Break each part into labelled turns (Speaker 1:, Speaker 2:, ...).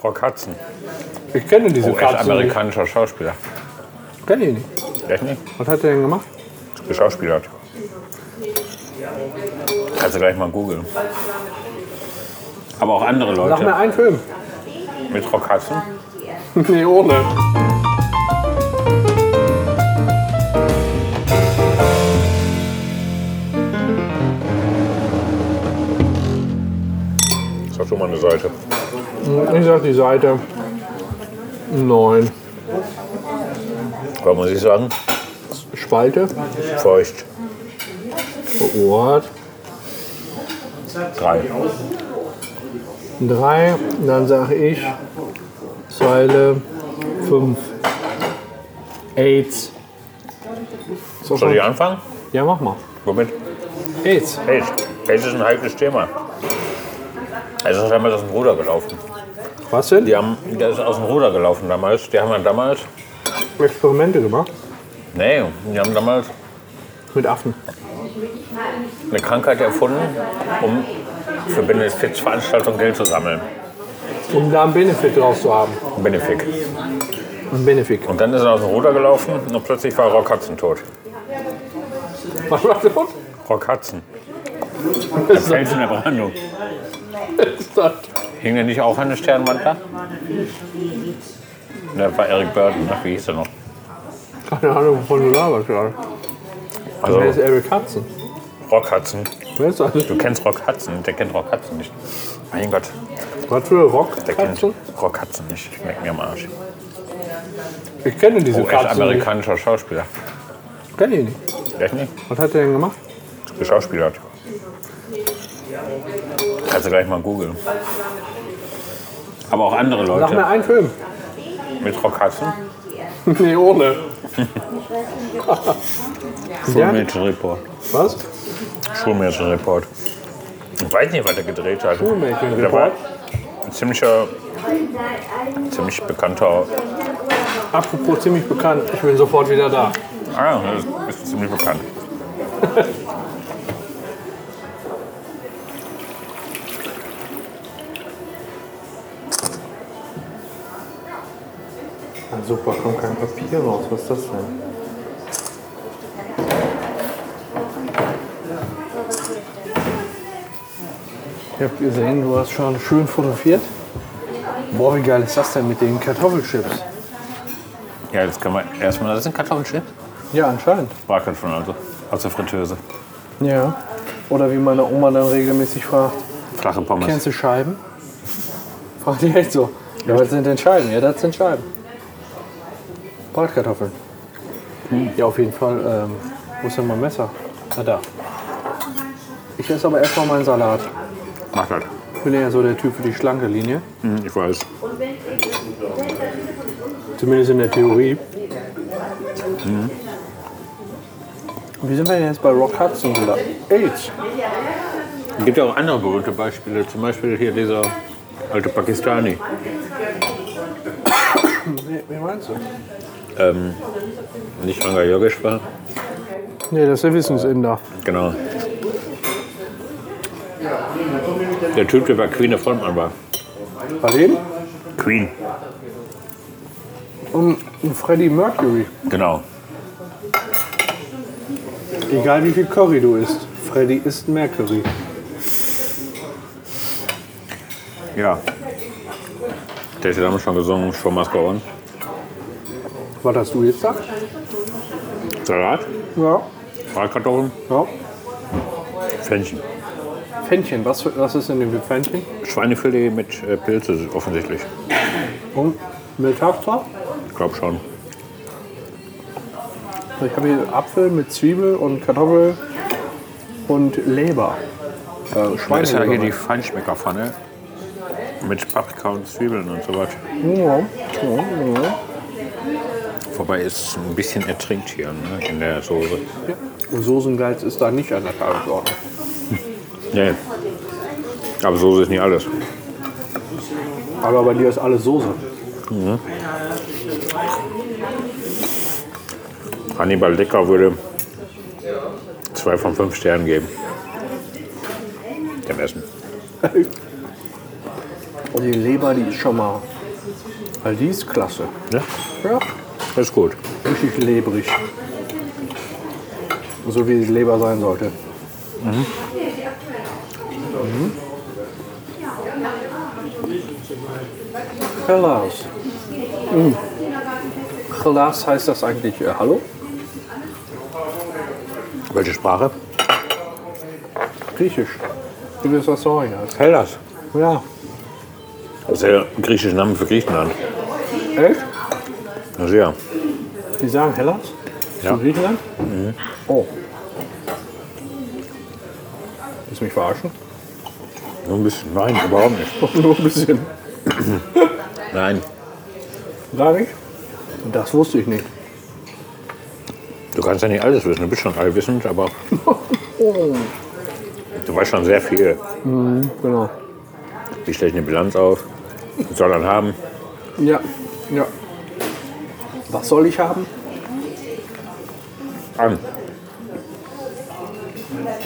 Speaker 1: Frau Katzen.
Speaker 2: Ich kenne diese
Speaker 1: Oh, echt
Speaker 2: Katzen
Speaker 1: amerikanischer Schauspieler.
Speaker 2: nicht. Kenne ihn nicht.
Speaker 1: Echt nicht?
Speaker 2: Was hat er denn gemacht?
Speaker 1: Geschauspielert. Kannst du gleich mal googeln. Aber auch andere
Speaker 2: Sag mir
Speaker 1: Leute.
Speaker 2: einen Film.
Speaker 1: Mit Frau Katzen.
Speaker 2: nee, ohne.
Speaker 1: Ist doch schon mal eine Seite.
Speaker 2: Ich sag die Seite. Neun.
Speaker 1: Aber muss ich sagen,
Speaker 2: Spalte.
Speaker 1: feucht.
Speaker 2: Ort.
Speaker 1: Drei.
Speaker 2: Drei. Dann sag ich Zeile fünf. AIDS. So
Speaker 1: Soll
Speaker 2: schon.
Speaker 1: ich anfangen?
Speaker 2: Ja, mach mal.
Speaker 1: Womit?
Speaker 2: AIDS.
Speaker 1: Hey, hey, das ist ein heikles Thema. Es ist damals aus dem Ruder gelaufen.
Speaker 2: Was denn?
Speaker 1: Die haben, das ist aus dem Ruder gelaufen damals. Die haben ja damals,
Speaker 2: Experimente gemacht.
Speaker 1: nee, die haben damals
Speaker 2: Mit Affen.
Speaker 1: eine Krankheit erfunden, um für Benefizveranstaltungen Geld zu sammeln.
Speaker 2: Um da einen Benefit draus zu haben.
Speaker 1: Benefic.
Speaker 2: Ein Benefit.
Speaker 1: Und dann ist er aus dem Ruder gelaufen und plötzlich war Rockkatzen tot.
Speaker 2: Was war das?
Speaker 1: Rockkatzen.
Speaker 2: Was ist
Speaker 1: Fels in der Brandung.
Speaker 2: das?
Speaker 1: Hing der nicht auch an der Sternwand da? Da war Eric Burden. Ach, wie hieß er noch?
Speaker 2: Keine Ahnung, wovon du laberst gerade.
Speaker 1: Also,
Speaker 2: Wer ist Eric Hudson?
Speaker 1: Rockkatzen.
Speaker 2: Wer ist das?
Speaker 1: Du kennst Rockkatzen. Der kennt Rockkatzen nicht. Mein Gott,
Speaker 2: Was für Rock?
Speaker 1: der kennt Oh,
Speaker 2: Hudson?
Speaker 1: Rockkatzen nicht. Schmeckt mir am Arsch.
Speaker 2: Ich kenne diese
Speaker 1: Oh, echt
Speaker 2: Katzen nicht.
Speaker 1: amerikanischer Schauspieler.
Speaker 2: Ich kenne ihn nicht.
Speaker 1: Echt nicht?
Speaker 2: Was hat er denn gemacht?
Speaker 1: geschauspielert. Kannst du gleich mal googeln. Aber auch andere
Speaker 2: Sag mir
Speaker 1: Leute.
Speaker 2: einen Film.
Speaker 1: Mit Rockkatzen.
Speaker 2: nee, ohne. Ja.
Speaker 1: Schulmädchen Report.
Speaker 2: Was?
Speaker 1: Schulmädchen Report. Ich weiß nicht, was er gedreht hat.
Speaker 2: Schulmädchen
Speaker 1: Der war
Speaker 2: Report.
Speaker 1: ein ziemlicher, ziemlich bekannter.
Speaker 2: Apropos ziemlich bekannt, ich bin sofort wieder da.
Speaker 1: Ah, das ist ziemlich bekannt.
Speaker 2: super, kommt kein Papier raus. Was ist das denn? Ich hab gesehen, du hast schon schön fotografiert. Boah, wie geil ist das denn mit den Kartoffelchips?
Speaker 1: Ja, jetzt können wir erstmal. Das sind Kartoffelchips.
Speaker 2: Ja, anscheinend.
Speaker 1: Backeln von also. Aus der Fritteuse.
Speaker 2: Ja. Oder wie meine Oma dann regelmäßig fragt,
Speaker 1: Flache Pommes.
Speaker 2: kennst du Scheiben? Fragt die echt so. Ja, was sind denn Scheiben? Ja, das sind Scheiben. Bratkartoffeln. Ja, auf jeden Fall. Ähm, wo ist denn mein Messer? Na da. Ich esse aber erstmal meinen Salat.
Speaker 1: Mach das.
Speaker 2: Ich bin ja so der Typ für die schlanke Linie.
Speaker 1: Hm, Ich weiß.
Speaker 2: Zumindest in der Theorie. Mhm. Wie sind wir denn jetzt bei Rock Hudson gelandet? AIDS.
Speaker 1: Es gibt ja auch andere berühmte Beispiele, zum Beispiel hier dieser alte Pakistani.
Speaker 2: Wie, wie meinst du?
Speaker 1: Ähm, nicht Ranga Yogesh war.
Speaker 2: Nee, das ist der Wissensinder.
Speaker 1: Genau. Der Typ, der bei Queen der Frontmann war.
Speaker 2: Bei dem?
Speaker 1: Queen.
Speaker 2: Und Um, Freddie Mercury.
Speaker 1: Genau.
Speaker 2: Egal wie viel Curry du isst, Freddy isst mehr Curry.
Speaker 1: Ja. Der hat ja damals schon gesungen, schon Mascaron.
Speaker 2: Was hast du jetzt gesagt?
Speaker 1: Salat,
Speaker 2: Ja.
Speaker 1: Bratkartoffeln,
Speaker 2: ja.
Speaker 1: Pfännchen.
Speaker 2: Fännchen, was, für- was ist in dem Fännchen?
Speaker 1: Schweinefilet mit äh, Pilze offensichtlich.
Speaker 2: Und mit Hafer.
Speaker 1: Ich glaube schon.
Speaker 2: Ich habe hier Apfel mit Zwiebel und Kartoffel und Leber. Äh,
Speaker 1: Da ist ja hier die
Speaker 2: Schweineleber.
Speaker 1: Feinschmeckerpfanne. Mit Paprika und Zwiebeln und so was.
Speaker 2: Ja, ja, ja.
Speaker 1: Wobei es ein bisschen ertrinkt hier ne, in der Soße.
Speaker 2: Ja. Und Soßengeiz ist da nicht an der Tagesordnung.
Speaker 1: Nee. Aber Soße ist nicht alles.
Speaker 2: Aber bei dir ist alles Soße.
Speaker 1: Hannibal Lecker würde zwei von fünf Sternen geben. Dem Essen.
Speaker 2: Und die Leber, die ist schon mal Weil die ist klasse.
Speaker 1: Ja,
Speaker 2: Ja,
Speaker 1: das ist gut.
Speaker 2: richtig lebrig. So wie die Leber sein sollte. Mhm. Hellas. Mhm. Hellas heißt das eigentlich äh, Hallo?
Speaker 1: Welche Sprache?
Speaker 2: Griechisch. Du wirst was sagen. Halt.
Speaker 1: Hellas.
Speaker 2: Ja.
Speaker 1: Das ist ja ein griechischer Name für Griechenland.
Speaker 2: Echt?
Speaker 1: Also ja.
Speaker 2: Die sagen Hellas?
Speaker 1: Ja.
Speaker 2: Zu Griechenland? Oh. Willst du mich verarschen?
Speaker 1: Nur ein bisschen. Nein, überhaupt nicht.
Speaker 2: Nur ein bisschen.
Speaker 1: Nein.
Speaker 2: Gar nicht? Das wusste ich nicht.
Speaker 1: Du kannst ja nicht alles wissen. Du bist schon allwissend, aber
Speaker 2: Oh.
Speaker 1: du weißt schon sehr viel.
Speaker 2: Genau.
Speaker 1: Wie stelle ich eine Bilanz auf? Was soll dann haben?
Speaker 2: Ja, ja. Was soll ich haben?
Speaker 1: An.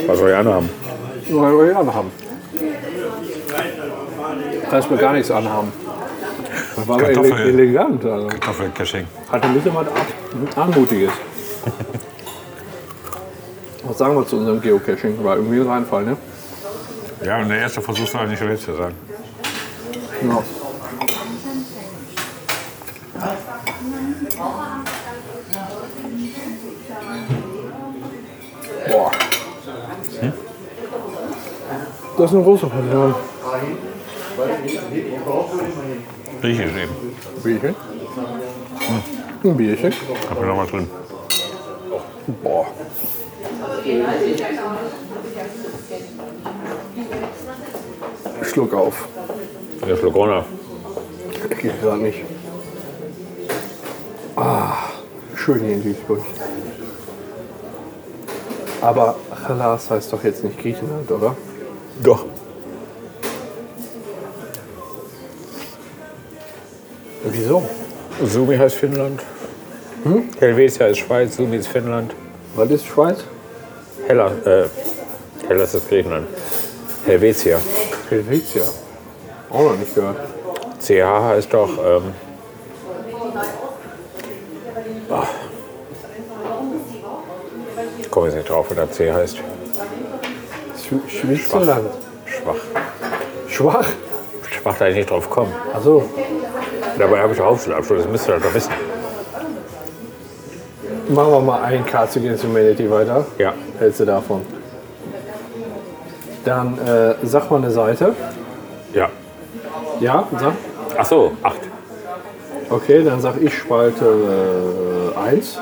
Speaker 1: Was soll ich anhaben?
Speaker 2: Nur eine Rolle anhaben. Kannst mir gar nichts anhaben. Das war aber ele
Speaker 1: Kartoffel.
Speaker 2: elegant. Also.
Speaker 1: Kartoffelgeschenk.
Speaker 2: Hat ein bisschen was Art- Anmutiges. Was sagen wir zu unserem Geocaching? War irgendwie ein Reinfall, ne?
Speaker 1: Ja, und der erste Versuch soll nicht der letzte sein.
Speaker 2: Ja. Boah. Das ist eine große Portion.
Speaker 1: Griechisch eben.
Speaker 2: Bierchen. Hm. Ein Bierchen.
Speaker 1: Hab mir noch was drin.
Speaker 2: Boah. Schluck auf.
Speaker 1: Der Schluck runter.
Speaker 2: Geht gar nicht. Ah, schön hier in Duisburg. Aber Hellas heißt doch jetzt nicht Griechenland, oder?
Speaker 1: Doch.
Speaker 2: Wieso?
Speaker 1: Sumi heißt Finnland. Hm? Helvetia ist Schweiz, Sumi ist Finnland.
Speaker 2: Was ist Schweiz?
Speaker 1: Hellas, äh, Hellas ist Griechenland. Helvetia.
Speaker 2: Helvetia. Auch noch nicht gehört.
Speaker 1: CH heißt doch. Ähm, ah. ich komme jetzt nicht drauf, wie der C heißt.
Speaker 2: Schw- Schwitzerland.
Speaker 1: Schwach.
Speaker 2: Schwach.
Speaker 1: Schwach, da ich nicht drauf komme.
Speaker 2: Also,
Speaker 1: Dabei habe ich auch Hauptschulabschluss, das müsst ihr doch wissen.
Speaker 2: machen wir mal ein Cards Against Humanity weiter.
Speaker 1: Ja.
Speaker 2: Hältst du davon? Dann äh, sag mal eine Seite.
Speaker 1: Ja.
Speaker 2: Ja, sag.
Speaker 1: Ach so, acht.
Speaker 2: Okay, dann sag ich Spalte äh, 1.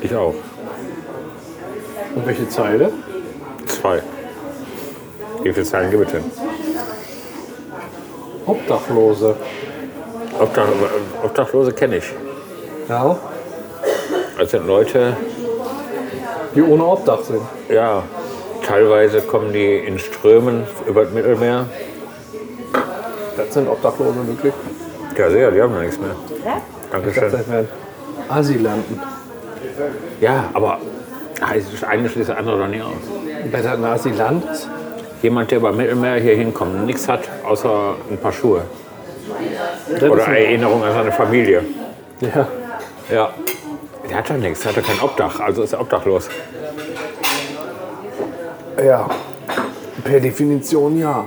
Speaker 1: Ich auch.
Speaker 2: Und welche Zeile?
Speaker 1: Zwei. Wie viele Zahlen gibt es denn?
Speaker 2: Obdachlose.
Speaker 1: Obdach, Obdachlose kenne ich.
Speaker 2: Ja.
Speaker 1: Das sind Leute,
Speaker 2: Die ohne Obdach sind.
Speaker 1: ja, teilweise kommen die in Strömen über das Mittelmeer.
Speaker 2: Das sind Obdachlose wirklich.
Speaker 1: Ja, sehr, die haben ja nichts mehr. Dankeschön.
Speaker 2: Das werden Asylanten.
Speaker 1: Ja, aber heißt, das eine schließt das andere doch nicht aus.
Speaker 2: Besser ein Asylant ist.
Speaker 1: Jemand, der beim Mittelmeer hier hinkommt und nichts hat, außer ein paar Schuhe.
Speaker 2: Das
Speaker 1: Oder
Speaker 2: ist ein,
Speaker 1: Erinnerung an seine Familie.
Speaker 2: ja.
Speaker 1: Ja. Der hat ja nichts, der hat ja kein Obdach, also ist er obdachlos.
Speaker 2: ja. Per Definition ja.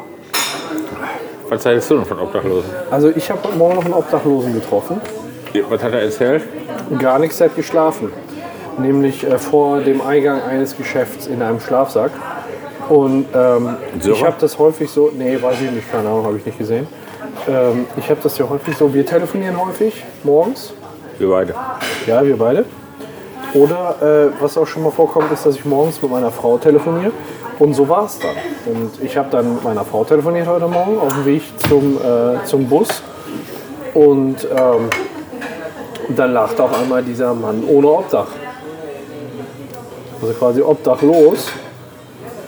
Speaker 1: Was hältst du denn von Obdachlosen?
Speaker 2: Also ich habe heute Morgen noch einen Obdachlosen getroffen.
Speaker 1: Was hat er erzählt?
Speaker 2: Gar nichts, der hat geschlafen. Nämlich äh, vor dem Eingang eines Geschäfts in einem Schlafsack. Und ähm,
Speaker 1: Syrer?
Speaker 2: ich habe das häufig so, nee, weiß ich nicht, keine Ahnung, habe ich nicht gesehen. Ähm, ich habe das ja häufig so, wir telefonieren häufig morgens,
Speaker 1: Wir beide.
Speaker 2: ja, wir beide. Oder äh, was auch schon mal vorkommt, ist, dass ich morgens mit meiner Frau telefoniere. Und so war es dann. Und ich habe dann mit meiner Frau telefoniert heute Morgen auf dem Weg zum, äh, zum Bus. Und ähm, dann lachte auf einmal dieser Mann ohne Obdach. Also quasi obdachlos.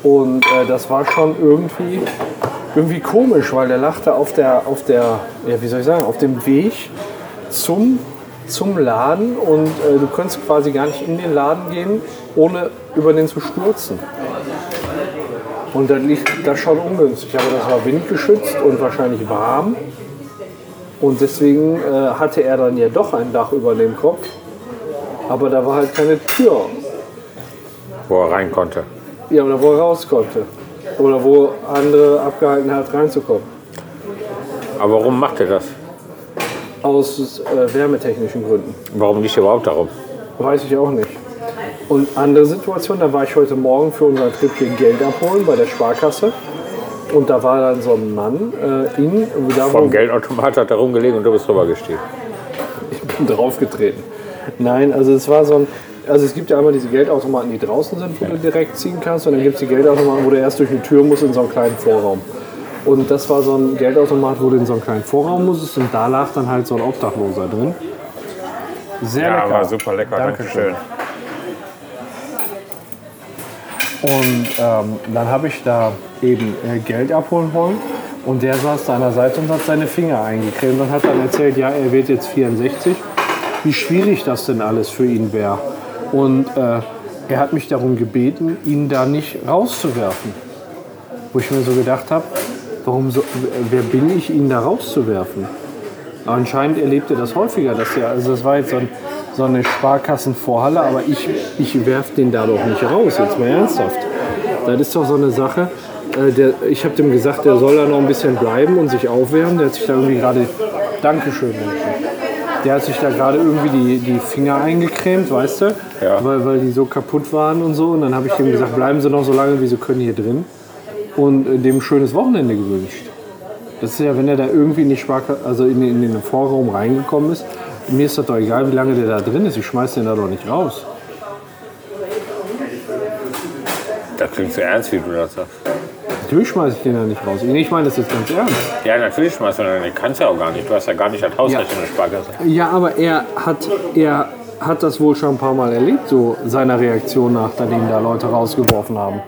Speaker 2: Und äh, das war schon irgendwie, irgendwie komisch, weil der lachte auf der, auf der, ja wie soll ich sagen, auf dem Weg zum, zum Laden und äh, du könntest quasi gar nicht in den Laden gehen, ohne über den zu stürzen. Und dann liegt das schon ungünstig, aber das war windgeschützt und wahrscheinlich warm. Und deswegen äh, hatte er dann ja doch ein Dach über dem Kopf. Aber da war halt keine Tür.
Speaker 1: wo er rein konnte.
Speaker 2: Ja, oder wo er raus konnte. Oder wo andere abgehalten hat, reinzukommen.
Speaker 1: Aber warum macht er das?
Speaker 2: Aus äh, wärmetechnischen Gründen.
Speaker 1: Warum liegt er überhaupt darum?
Speaker 2: Weiß ich auch nicht. Und andere Situation, da war ich heute Morgen für unseren Trip hier Geld abholen bei der Sparkasse. Und da war dann so ein Mann äh, in, da wo
Speaker 1: Vom Geldautomat hat er rumgelegen und du bist drüber gestiegen.
Speaker 2: ich bin draufgetreten. Nein, also es war so ein, also es gibt ja einmal diese Geldautomaten, die draußen sind, wo du direkt ziehen kannst. Und dann gibt es die Geldautomaten, wo du erst durch eine Tür musst in so einen kleinen Vorraum. Und das war so ein Geldautomat, wo du in so einen kleinen Vorraum musstest und da lag dann halt so ein Obdachloser drin. Sehr lecker.
Speaker 1: lecker,
Speaker 2: Dankeschön. Und ähm, dann habe ich da eben äh, Geld abholen wollen. Und der saß da an der Seite und hat seine Finger eingecremt und hat dann erzählt, ja, er wird jetzt 64. Wie schwierig das denn alles für ihn wäre. Und äh, er hat mich darum gebeten, ihn da nicht rauszuwerfen. Wo ich mir so gedacht habe, warum so, wer bin ich, ihn da rauszuwerfen? Aber anscheinend erlebt er das häufiger, dass er, also das war jetzt so, ein, so eine Sparkassenvorhalle, aber ich, ich werf den da doch nicht raus, jetzt mal ernsthaft. Das ist doch so eine Sache, äh, der, ich habe dem gesagt, der soll da noch ein bisschen bleiben und sich aufwärmen, der hat sich da irgendwie gerade, Dankeschön, Menschen. Der hat sich da gerade irgendwie die, die Finger eingecremt, weißt du?
Speaker 1: Ja.
Speaker 2: Weil, weil die so kaputt waren und so. Und dann habe ich dem gesagt, bleiben Sie noch so lange, wie Sie können hier drin. Und äh, dem ein schönes Wochenende gewünscht. Das ist ja, wenn er da irgendwie in die Sparka also in, den- in den Vorraum reingekommen ist, mir ist das doch egal, wie lange der da drin ist. Ich schmeiß den da doch nicht raus.
Speaker 1: Das klingt so ernst, wie du das sagst.
Speaker 2: Natürlich schmeiß ich den da nicht raus. Ich meine das jetzt ganz ernst.
Speaker 1: Ja, natürlich schmeißt du dann. Den kannst du ja auch gar nicht. Du hast ja gar nicht das Hausrecht in der Sparkasse.
Speaker 2: Ja, aber er hat, er hat das wohl schon ein paar Mal erlebt, so seiner Reaktion nach, da den da Leute rausgeworfen haben.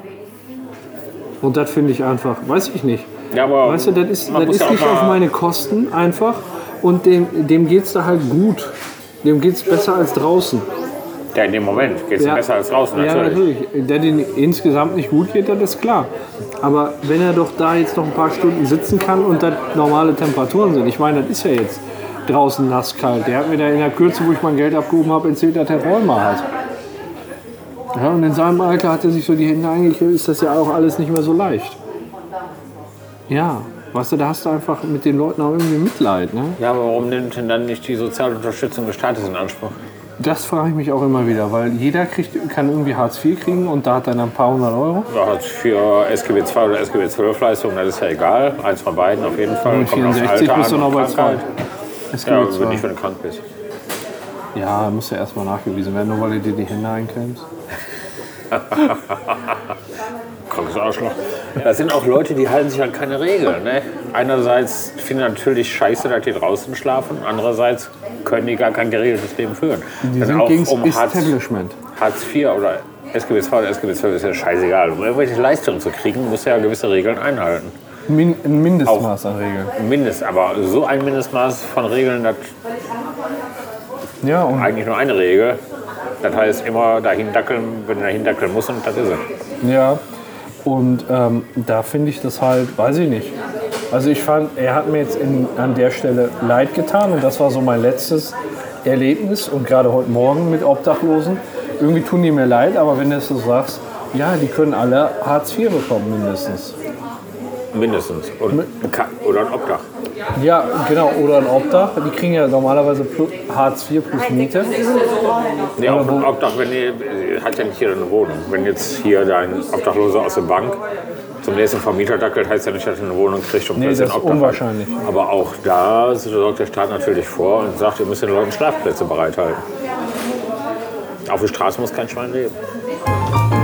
Speaker 2: Und das finde ich einfach, weiß ich nicht.
Speaker 1: Ja, aber
Speaker 2: Weißt du, das ist,
Speaker 1: man
Speaker 2: das
Speaker 1: muss
Speaker 2: ist
Speaker 1: ja auch
Speaker 2: nicht
Speaker 1: mal-
Speaker 2: auf meine Kosten einfach und dem, dem geht es da halt gut. Dem geht es besser als draußen.
Speaker 1: Ja, in dem Moment geht es
Speaker 2: Ja.
Speaker 1: besser als draußen,
Speaker 2: Ja,
Speaker 1: natürlich.
Speaker 2: natürlich. Der den insgesamt nicht gut geht, das ist klar. Aber wenn er doch da jetzt noch ein paar Stunden sitzen kann und das normale Temperaturen sind, ich meine, das ist ja jetzt draußen nasskalt. Der hat mir da in der Kürze, wo ich mein Geld abgehoben habe, erzählt, dass er Rheuma hat. Ja, und in seinem Alter hat er sich so die Hände eingekriegt, ist das ja auch alles nicht mehr so leicht. Ja, weißt du, da hast du einfach mit den Leuten auch irgendwie Mitleid, ne?
Speaker 1: Ja, aber warum nimmt denn dann nicht die soziale Unterstützung des Staates in Anspruch?
Speaker 2: Das frage ich mich auch immer wieder, weil jeder kriegt, kann irgendwie Hartz IV kriegen und da hat er dann ein paar hundert Euro.
Speaker 1: Da hat für SGB 2 oder SGB 12 Leistung, das ist ja egal. Eins von beiden auf jeden Fall. Kommt aufs
Speaker 2: 64
Speaker 1: Alter
Speaker 2: bist du
Speaker 1: an
Speaker 2: noch
Speaker 1: und
Speaker 2: bei zwei.
Speaker 1: Krankheit.
Speaker 2: Es
Speaker 1: Ja,
Speaker 2: gibt ja,
Speaker 1: wenn nicht,
Speaker 2: zwei.
Speaker 1: wenn du krank bist.
Speaker 2: Ja, muss ja erstmal nachgewiesen werden, nur weil du dir die Hände einklemmst.
Speaker 1: Krankes Arschloch. Das sind auch Leute, die halten sich an keine Regeln. Ne? Einerseits finden natürlich scheiße, dass die draußen schlafen. Andererseits können die gar kein geregeltes Leben führen.
Speaker 2: Die
Speaker 1: Dann
Speaker 2: sind
Speaker 1: auch
Speaker 2: gegen
Speaker 1: um Hartz,
Speaker 2: Establishment.
Speaker 1: Hartz IV oder SGB 2 oder SGB 12 ist ja scheißegal. Um irgendwelche Leistungen zu kriegen, musst du ja gewisse Regeln einhalten.
Speaker 2: Min ein Mindestmaß an Regeln.
Speaker 1: Mindest, aber so ein Mindestmaß von Regeln, dass
Speaker 2: Ja, und
Speaker 1: eigentlich nur eine Regel. Das heißt immer dahin dackeln, wenn du dahin dackeln musst und das ist es.
Speaker 2: Ja, und ähm, da finde ich das halt, weiß ich nicht. Also ich fand, er hat mir jetzt in, an der Stelle leid getan und das war so mein letztes Erlebnis und gerade heute Morgen mit Obdachlosen. Irgendwie tun die mir leid, aber wenn du es so sagst, ja, die können alle Hartz IV bekommen mindestens.
Speaker 1: Mindestens. Und ein Ka- oder ein Obdach.
Speaker 2: Ja, genau, oder ein Obdach. Die kriegen ja normalerweise plus, Hartz IV plus Miete.
Speaker 1: Nee, auch ein Obdach, wenn ihr, hat ja nicht jeder eine Wohnung. Wenn jetzt hier dein Obdachloser aus der Bank zum nächsten Vermieter dackelt, heißt ja nicht, dass er eine Wohnung kriegt und
Speaker 2: Nee,
Speaker 1: plötzlich
Speaker 2: das
Speaker 1: ein
Speaker 2: ist
Speaker 1: Obdach hat.
Speaker 2: unwahrscheinlich.
Speaker 1: Aber auch da sorgt der Staat natürlich vor und sagt, ihr müsst den Leuten Schlafplätze bereithalten. Auf der Straße muss kein Schwein leben.